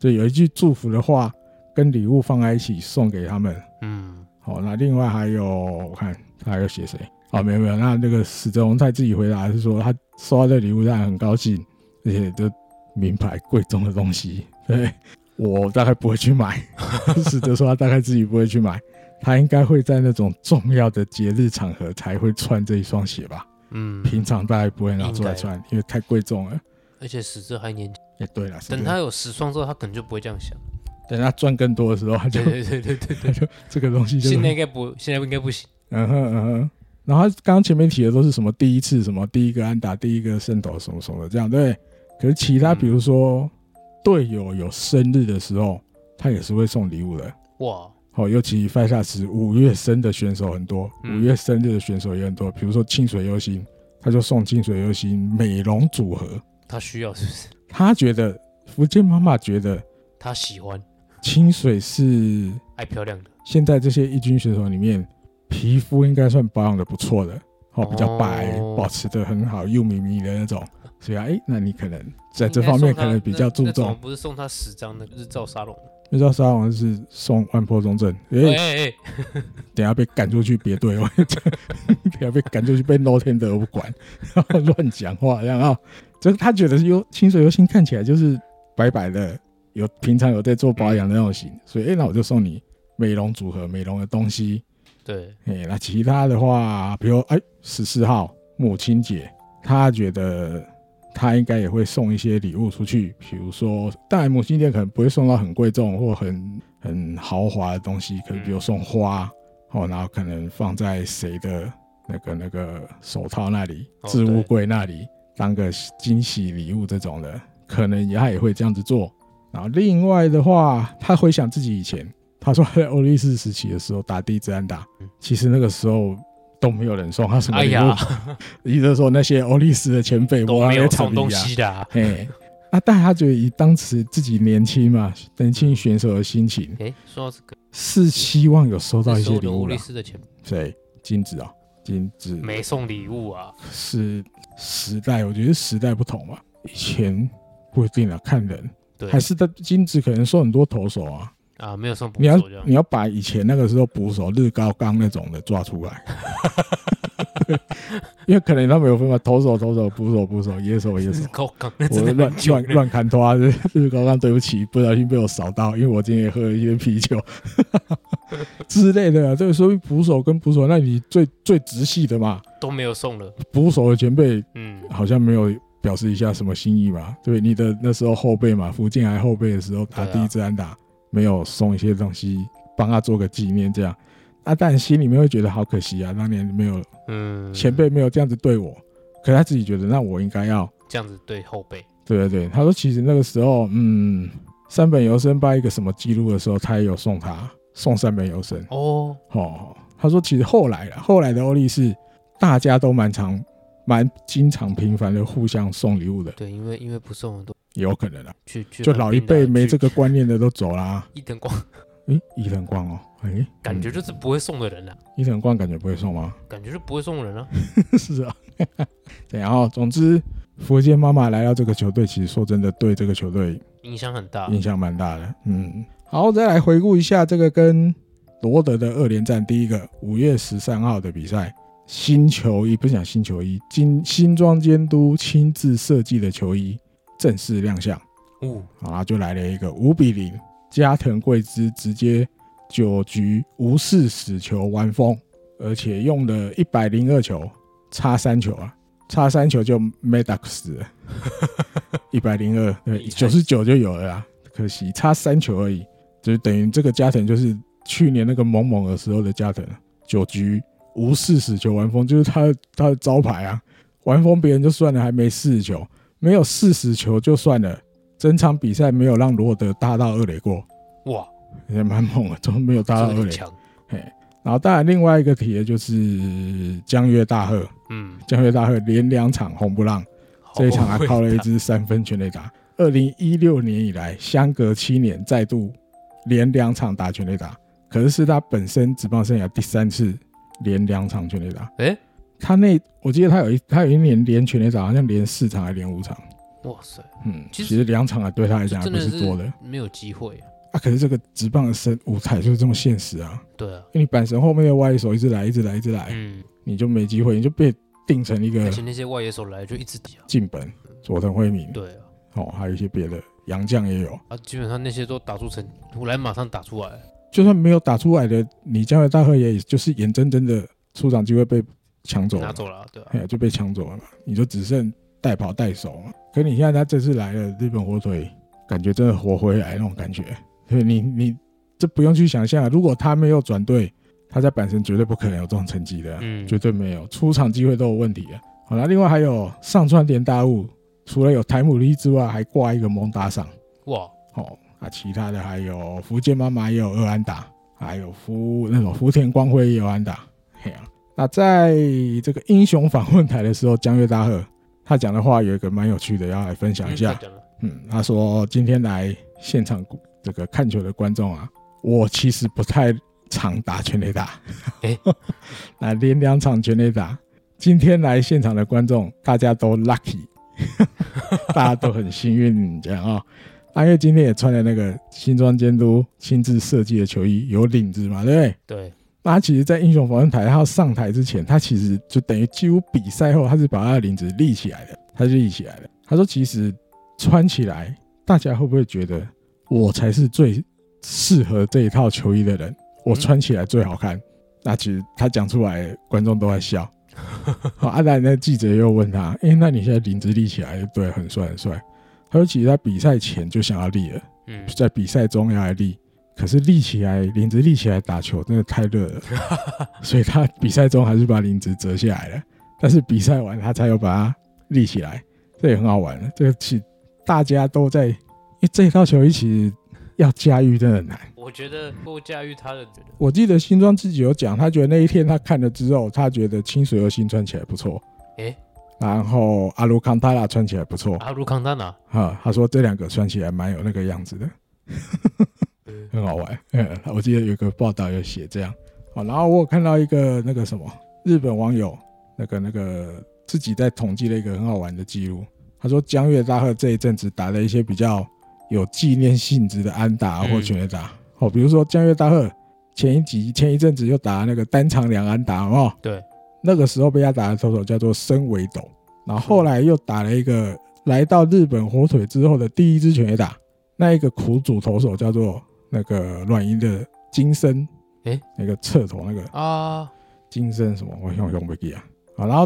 B: 就有一句祝福的话跟礼物放在一起送给他们，
A: 嗯，
B: 好、那另外还有我看他还有写谁？哦，没有没有，那那个史哲宏泰自己回答是说，他收到这礼物当然很高兴，而且这名牌贵重的东西，对我大概不会去买。 史哲说他大概自己不会去买，他应该会在那种重要的节日场合才会穿这一双鞋吧。
A: 嗯，
B: 平常大家不会拿出来
A: 应该
B: 穿，因为太贵重了。
A: 而且死者还年轻，
B: 哎，对了，是
A: 等
B: 这
A: 他
B: 样
A: 有十双之后，他可能就不会这样想。
B: 等他赚更多的时候，他就
A: 对对对对对对，
B: 这个东西就
A: 现在应该不，现在应该不行。
B: 嗯哼嗯哼。然后他刚刚前面提的都是什么第一次什么第一个安打第一个胜投什么什么的这样对不对，可是其他
A: 嗯
B: 比如说队友有生日的时候，他也是会送礼物的。
A: 哇，
B: 哦，尤其范下时五月生的选手很多，五
A: 嗯
B: 月生日的选手也很多。比如说清水优心，他就送清水优心美容组合。
A: 他需要是不是？
B: 他觉得福建妈妈觉得
A: 他喜欢
B: 清水是
A: 爱漂亮的，
B: 现在这些一军选手里面，皮肤应该算保养的不错的，哦，比较白，
A: 哦
B: 保持的很好，又迷迷的那种。所以啊，哎、那你可能在哎这方面可能比较注
A: 那那
B: 重
A: 种。不是送他十张的日照沙龙？
B: 那时候沙皇是送万坡中正，哎、
A: 哎哎哎，
B: 等下被赶出去别对我， 等下被赶出去被 no 天的我不管，然后 乱讲话这样啊、就是他觉得是优清水优心看起来就是白白的，有平常有在做保养的那种型，所以哎、那我就送你美容组合美容的东西，
A: 对，
B: 哎、那其他的话，比如哎，十四号母亲节，他觉得他应该也会送一些礼物出去，比如说，当然母亲节可能不会送到很贵重或很很豪华的东西，可能比如送花，哦，然后可能放在谁的那个那个手套那里、
A: 哦
B: 置物柜那里当个惊喜礼物这种的，可能他也会这样子做。然后啊另外的话，他回想自己以前，他说他 在欧力士时期的时候打第一支安打
A: 嗯，
B: 其实那个时候都没有人送他什么
A: 哎
B: 礼物，
A: 呀，
B: 一直说那些欧力士的前辈
A: 都
B: 哎我
A: 没
B: 来
A: 有
B: 炒
A: 送东
B: 币啊，
A: 西的啊。
B: 嘿。啊！但他觉得以当时自己年轻嘛，年轻选手的心情
A: 哎，说到这个，
B: 是希望有收到
A: 那
B: 一
A: 时
B: 些
A: 候
B: 礼
A: 刘
B: 物
A: 欧
B: 啦
A: 力。士的钱
B: 谁？金子啊、金子
A: 没送礼物啊，
B: 是时代，我觉得时代不同嘛。以前不一定啊，看人，
A: 对
B: 还是他金子可能收很多投手啊，
A: 啊，没有送捕
B: 你要
A: 手这样。
B: 你。要把以前那个时候捕手日高刚那种的抓出来， 因为可能他们有分嘛，投手投手，捕手捕手，野手野手
A: 高岗那
B: 我
A: 真的
B: 乱
A: 很久
B: 乱乱砍拖，日高刚，对不起，不小心被我扫到，因为我今天也喝了一些啤酒 之类的、啊。这个说明捕手跟捕手，那你最最直系的嘛，
A: 都没有送了。
B: 捕手的前辈
A: 嗯，
B: 好像没有表示一下什么心意嘛？对，你的那时候后辈嘛，福建还后辈的时候打
A: 对啊
B: 第一支安打，没有送一些东西帮他做个纪念，这样，啊，但心里面会觉得好可惜啊，当年没有
A: 嗯，
B: 前辈没有这样子对我，可是他自己觉得那我应该要，
A: 这样子对后辈，
B: 对对对，他说其实那个时候，嗯，三本游生掰一个什么记录的时候，他也有送他送三本游生，
A: 哦，
B: 哦，他说其实后来啦，后来的欧力士，大家都蛮常蛮经常频繁的互相送礼物的。
A: 对，因为因为不送很多，
B: 也有可能啊，
A: 去去
B: 就
A: 横
B: 老一
A: 滨的
B: 辈没
A: 去
B: 这个嗯观念的都走啦。
A: 伊藤光，
B: 诶，伊藤光哦，诶，
A: 感觉
B: 嗯
A: 就是不会送的人啊，
B: 伊藤光感觉不会 送吗？
A: 感觉就不会送的人啊。
B: 是啊， 对然后总之，福建妈妈来到这个球队，其实说真的，对这个球队
A: 影响很大，
B: 印象蛮大的。嗯，好，再来回顾一下这个跟罗德的二连战，第一个五月十三号的比赛，新球衣不是讲新球衣，金新装监督亲自设计的球衣正式亮相。
A: 哦，
B: 啊，就来了一个五比零，加藤贵之直接九局无视死球完封，而且用了一百零二球差三球啊，差三球就 Medox 死了，一百零二对
A: 厉害
B: 九十九就有了啦，可惜差三球而已，就是等于这个加藤就是去年那个猛猛的时候的加藤，啊九局无视死球完封，就是他的他的招牌啊，完封别人就算了，还没四十球，没有四十球就算了。整场比赛没有让罗德搭到二垒过，
A: 哇，
B: 也蛮猛 的，都没有搭
A: 真
B: 到二
A: 的很
B: 垒。
A: 强，
B: 然后当然另外一个题的就是江越大贺，
A: 嗯，
B: 江越大贺连两场红不让，
A: 好
B: 这一场还
A: 会
B: 靠了一
A: 打
B: 支三分全垒打。二零一六年以来，相隔七年再度连两场打全垒打，可是是他本身职棒生涯第三次连两场全垒打。
A: 诶
B: 他那我记得他有一他有一年连全垒打，好像连四场还连五场。
A: 哇塞，
B: 嗯，其
A: 其实
B: 实两场啊对他来
A: 这
B: 讲还
A: 真
B: 不
A: 的
B: 是多的。
A: 没有机会，
B: 啊，可是这个直棒的生舞台就是这么现实啊！
A: 对啊，
B: 因为你板神后面的外手一直来，一直来，一直来，
A: 嗯，
B: 你就没机会，你就被定成一个
A: 而且那些外野手来就一直打，
B: 进本佐藤惠明，
A: 对啊，
B: 哦，还有一些别的洋将也有。
A: 啊，基本上那些都打出成，我来马上打出来，
B: 就算没有打出来的，你将来大贺也就是眼睁睁的出场机会被抢走了
A: 拿
B: 嘛，
A: 走了，啊对吧、
B: 哎呀，就被抢走了嘛，你就只剩带跑带手嘛。可你现在他这次来了，日本火腿感觉真的活回来那种感觉。对你，你这不用去想象，啊如果他没有转队，他在阪神绝对不可能有这种成绩的，啊
A: 嗯
B: 绝对没有，出场机会都有问题啊。好了，另外还有上川田大悟，除了有台姆利之外，还挂一个蒙打赏。
A: 哇，
B: 哦啊，其他的还有福建妈妈也有二安打，还有福那种福田光辉也有安打。嘿啊，那在这个英雄访问台的时候，江月大贺他讲的话有一个蛮有趣的，要来分享一下
A: 嗯。讲了
B: 嗯，他说今天来现场这个看球的观众啊，我其实不太常打全垒打，
A: 诶
B: 那连两场全垒打。今天来现场的观众，大家都 lucky，大家都很幸运这样啊、哦。阿月今天也穿了那个新装监督亲自设计的球衣，有领子嘛，对不对？
A: 对，
B: 那他其实，在英雄访问台他要上台之前，他其实就等于几乎比赛后，他是把他的领子立起来的，他就立起来了。他说，其实穿起来，大家会不会觉得我才是最适合这一套球衣的人？我穿起来最好看。那其实他讲出来，观众都在笑。好，阿兰那记者又问他，诶、那你现在领子立起来，对，很帅很帅。他说，其实他比赛前就想要立了。
A: 嗯，
B: 在比赛中要来立，可是立起来领子立起来打球真的太热了，所以他比赛中还是把领子折下来了。但是比赛完他才有把它立起来，这也很好玩。这个其大家都在，因为这套球衣其实要驾驭真的很难。
A: 我觉得够驾驭他的，觉得
B: 我记得新庄自己有讲，他觉得那一天他看了之后，他觉得清水和新穿起来不错，
A: 诶
B: 然后阿卢康塔拉穿起来不错，
A: 阿鲁康丹拿，
B: 啊，他说这两个穿起来蛮有那个样子的，
A: 呃
B: 很好玩。嗯，我记得有个报道有写这样。好，然后我有看到一个那个什么日本网友那个那个自己在统计了一个很好玩的记录，他说江月大贺这一阵子打了一些比较有纪念性质的安打
A: 嗯
B: 或全垒打。哦，比如说江月大贺前一集前一阵子又打那个单场两安打哦，
A: 对，
B: 那个时候被他打的投手叫做森尾斗，然后后来又打了一个来到日本火腿之后的第一支全垒打，那一个苦主投手叫做那个软银的金森，
A: 诶
B: 那个侧头那个
A: 啊，
B: 金森什么，我用用不记啊。好，然后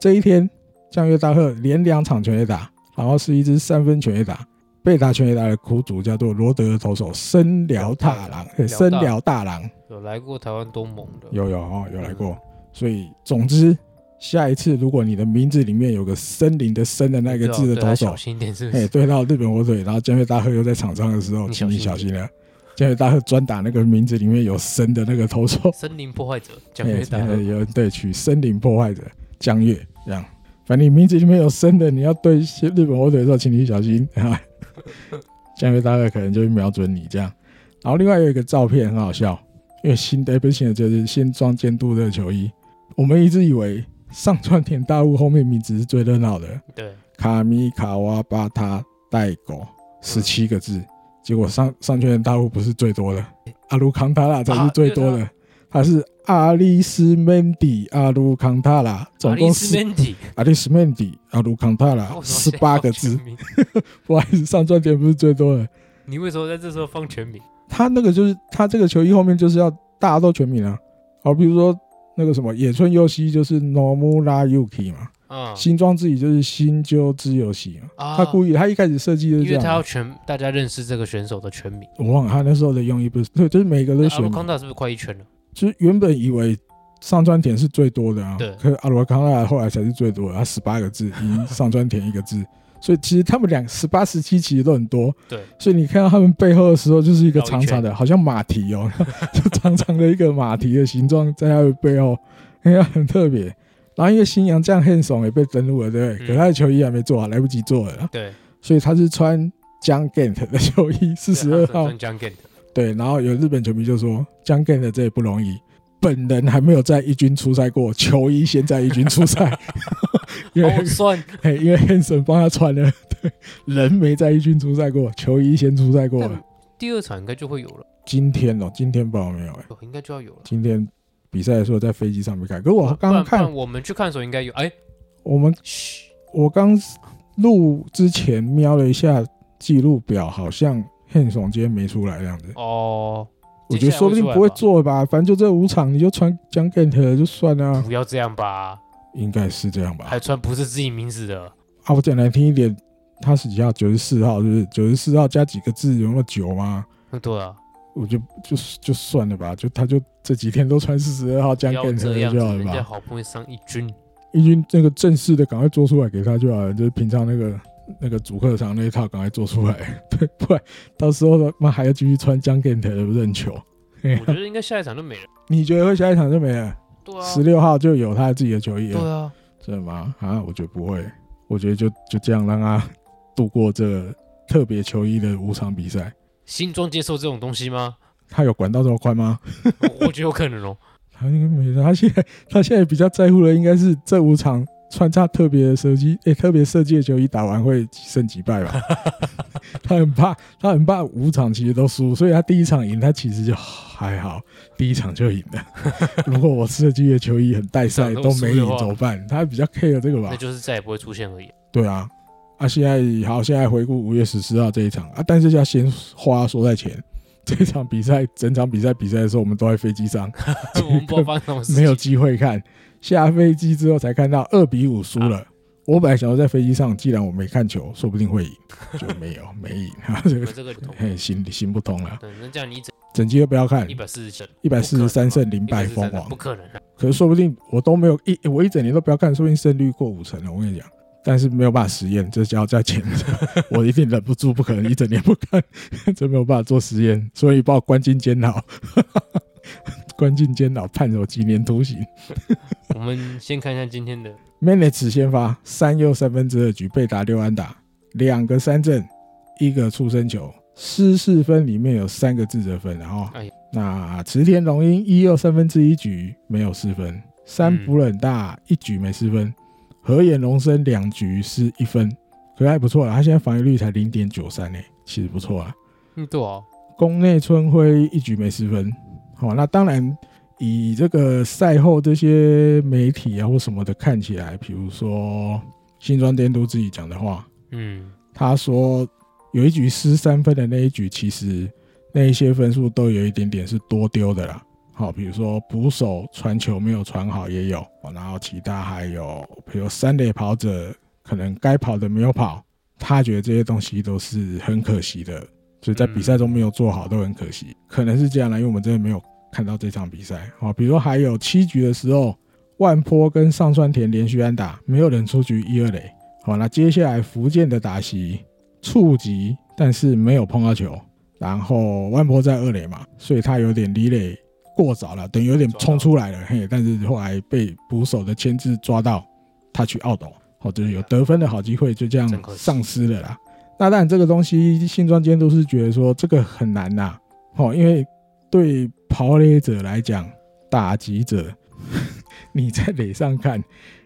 B: 这一天江月大贺连两场全垒打，然后是一支三分全垒打，被打全垒打的苦主叫做罗德的投手森辽大郎，对森辽大郎。
A: 有来过台湾东盟的，
B: 有有哦，有来
A: 嗯
B: 过。所以总之，下一次如果你的名字里面有个森林的森的那个字的
A: 对啊
B: 投
A: 小
B: 手，
A: 心一点是不
B: 哎，
A: 是？
B: 对到日本火腿，然后江越大贺又在场上的时候，
A: 你
B: 请
A: 小
B: 你
A: 心
B: 小心了。江越大贺专打那个名字里面有森的那个投手，
A: 森林破坏者，讲
B: 哎
A: 越，哦打
B: 哎有对取森林破坏者江越这样。反正你名字里面有森的，你要对日本火腿的时候，请你小心 啊。江越大贺可能就会瞄准你这样。然后另外有一个照片很好笑，因为新的、哎不是新的，就是新装监督的球衣。我们一直以为上川田大悟后面名字是最热闹的，
A: 对，
B: 卡米卡瓦巴塔代
A: 嗯
B: 狗十七个字，结果上上圈的大物不是最多的，阿鲁康塔拉才是最多
A: 啊对
B: 的，他是阿里斯曼迪阿鲁康塔拉，总共
A: 是
B: 十
A: Mandy，
B: 阿里斯曼迪阿鲁康塔
A: 哦
B: 拉十八个字，，
A: 为什么现在放全名
B: 不好意思，上川田不是最多的，
A: 你为什么在这时候放全名？
B: 他那个就是他这个球衣后面就是要大家都全名啊，好，比如说那个什么野村佑希就是 Nomura Yuki 嘛，
A: 啊，
B: 新庄自己就是新鸠之游戏嘛，
A: 啊
B: 他故意他一开始设计就是
A: 因
B: 这
A: 为
B: 样
A: 他
B: 嘛
A: 要。全大家认识这个选手的全名。啊
B: 我忘了他那时候的用意不是对，就是每个都
A: 那阿
B: 选
A: 鲁，康达是不是快一圈了？
B: 就是原本以为上川田是最多的啊，
A: 对
B: 可是阿罗康纳后来才是最多的，他十八个字，赢上川田一个字， 所以其实他们两十八、十七其实都很多，
A: 对，
B: 所以你看到他们背后的时候，就是一个
A: 绕一
B: 长长的，好像马蹄哦， 就长长的一个马蹄的形状在他的背后， 哎呀，很特别。然后因为新洋将 h a n s o n 也被登录了，对不
A: 嗯
B: 对？可他的球衣还没做好，来不及做了，
A: 对，
B: 所以他是穿 John Gant 的球衣，四十二号。
A: 江 g a
B: 对，然后有日本球迷就说江 g a n 的这也不容易，本人还没有在一军出赛过，球衣先在一军出 赛，因为、
A: 好酸，
B: 嘿因为 Hanson 帮他穿了，对，人没在一军出赛过，球衣先出赛过了
A: 但。第二场应该就会有了，
B: 今天哦，今天不知道有没有哎、
A: 哦应该就要有了。
B: 今天比赛的时候在飞机上没看，可我哦刚
A: 不然
B: 刚
A: 不
B: 看
A: 然我们去看的时候应该有。哎，
B: 我们
A: 嘘，
B: 我刚录之前瞄了一下记录表，好像 Hanson 今天没出来这样子。
A: 哦，
B: 我觉得说不定不会做吧，反正就这五场你就穿 j u n g a n t 就算了、
A: 不要这样吧，
B: 应该是这样吧。
A: 还穿不是自己名字的，
B: 啊，我讲难听一点，他是几号？九十四号是不是？九十四号加几个字有那么久吗？
A: 嗯对啊，
B: 我就就就算了吧，就他就这几天都穿四十二号
A: 不
B: 加
A: 要
B: Gantt
A: 这样子，
B: 就好了
A: 人家
B: 吧。
A: 好不容易上一军，
B: 一军那个正式的赶快做出来给他就好了，就是平常那个那个主客场那一套赶快做出来， 对，不然到时候他妈还要继续穿 j u n g a n t 的任球。嘿
A: 我觉得应该下一场就没了。
B: 你觉得会下一场就没了？
A: 对啊，
B: 十六号就有他自己的球衣 了。
A: 对啊，
B: 真的吗？啊，我觉得不会，我觉得就就这样让他度过这个特别球衣的五场比赛。
A: 新装接受这种东西 吗？
B: 他有管到这么宽吗？
A: 我我觉得有可能哦。
B: 他应该没有。他现在他现在比较在乎的应该是这五场穿插特别的设计，诶、特别设计的球衣打完会几胜几败 吧。他很怕，他很怕五场其实都输，所以他第一场赢，他其实就还好，第一场就赢 了。如果我设计的球衣很带赛
A: 这样都
B: 都没赢
A: 输的话
B: 怎么办？他比较 care 这个吧
A: 那。就是再也不会出现而已。
B: 对啊，啊，现在好，现在回顾五月十四号这一场啊，但是要先话说在前，这一场比赛整场比赛比赛的时候，我们都在飞机上，
A: 我们不知道发生什么事情，
B: 没有机会看。下飞机之后才看到二比五输了。我本来想说在飞机上，既然我没看球，说不定会赢，就没有没赢，啊，
A: 我
B: 这 个
A: 们这个同
B: 嘿行行不通了，
A: 对，那这样你整
B: 整季都不要看
A: 一，百四十胜，
B: 一百四十三胜零败
A: 143
B: 疯狂
A: 不。可能啊！
B: 可是说不定我都没有一我一整年都不要看，说不定胜率过五成了。我跟你讲，但是没有办法实验，这要在前者，我一定忍不住，不可能一整年不看， 这没有办法做实验，所以把我关进监牢， 关进监牢判我几年徒刑。
A: 我们先看一下今天的
B: Manage 先发三又三分之二局被打六安打，两个三振，一个出生球，失四分里面有三个自责分，然后
A: 哎呀
B: 那池田龙英一又三分之一局没有失分，三
A: 嗯
B: 浦冷大一局没失分，河野龙生两局失一分，可还不错啦，他现在防御率才零点九三呢，其实不错啊。
A: 嗯，对哦，
B: 宫内春晖一局没失分。好、那当然以这个赛后这些媒体啊或什么的看起来，比如说新庄监督自己讲的话，
A: 嗯，
B: 他说有一局失三分的那一局，其实那一些分数都有一点点是多丢的啦。好，比如说捕手传球没有传好也有，哦然后其他还有，比如三垒跑者可能该跑的没有跑，他觉得这些东西都是很可惜的，所以在比赛中没有做好都很可惜，可能是这样啦，因为我们真的没有看到这场比赛。好，比如说还有七局的时候，万坡跟上川田连续安打，没有人出局一二垒。好，那接下来福建的打席触及，但是没有碰到球。然后万波在二垒嘛，所以他有点离垒过早了，等于有点冲出来了，嘿，但是后来被捕手的牵制抓到，他去奥斗，好，就是有得分的好机会，就这样
A: 真可惜
B: 丧失了啦。那当然，这个东西新庄监督是觉得说这个很难呐、哦，因为对跑垒者来讲，打击者， 你在垒上看，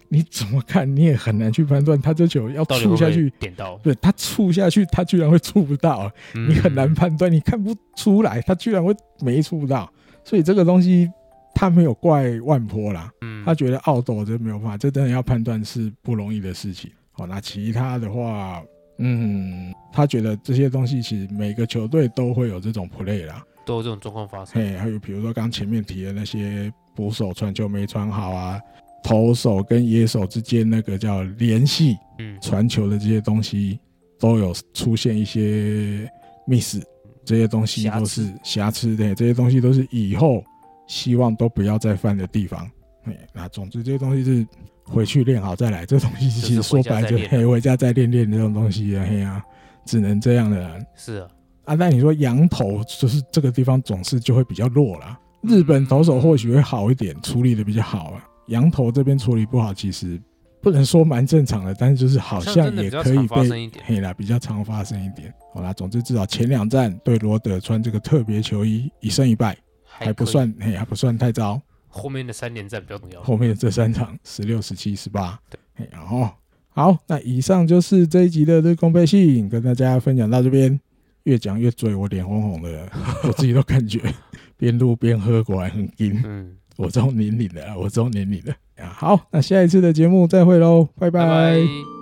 B: 你怎么看你也很难去判断他这球要
A: 到底会
B: 触
A: 不
B: 下
A: 会
B: 去，
A: 点到？
B: 对他触下去，他居然会触不到，啊
A: 嗯
B: 你很难判断，你看不出来，他居然会没触到，所以这个东西他没有怪万坡啦，
A: 嗯
B: 他觉得奥斗真没有办法，这真的要判断是不容易的事情。好，那其他的话，嗯，他觉得这些东西其实每个球队都会有这种 play 啦，
A: 都有这种状况发生，
B: 嘿，还有比如说刚前面提的那些捕手传球没传好啊，投手跟野手之间那个叫联系
A: 嗯，
B: 传球的这些东西，都有出现一些 miss，这些东西都是瑕疵的，这些东西都是以后希望都不要再犯的地方。嘿那总之这些东西是回去练好再来，这东西其实
A: 就是
B: 说
A: 回家
B: 白
A: 再
B: 就
A: 练
B: 嘿回家再练练这种东西啊，嘿啊，只能这样的啦。
A: 是啊，
B: 啊，那你说羊头就是这个地方总是就会比较弱啦。日本投
A: 嗯
B: 手或许会好一点，处理的比较好啊。羊头这边处理不好，其实不能说蛮正常的，但是就是好
A: 像真的
B: 也
A: 比较
B: 可以
A: 常发
B: 被
A: 生一点，
B: 嘿啦，比较常发生一点。好啦，总之至少前两站对罗德穿这个特别球衣一胜一败，还不
A: 可以，
B: 算嘿，还不算太糟。
A: 后面的三连战比较重要。
B: 后面这三场十六、十七、十八
A: 对，
B: 嘿然后好，那以上就是这一集的日空背信，跟大家分享到这边。越讲越醉，我脸红红的， 我自己都感觉边录边喝，果然很硬。
A: 嗯，
B: 我这种年龄的啊，我这种年龄的啊。好，那下一次的节目再会喽，拜
A: 拜
B: 拜
A: 拜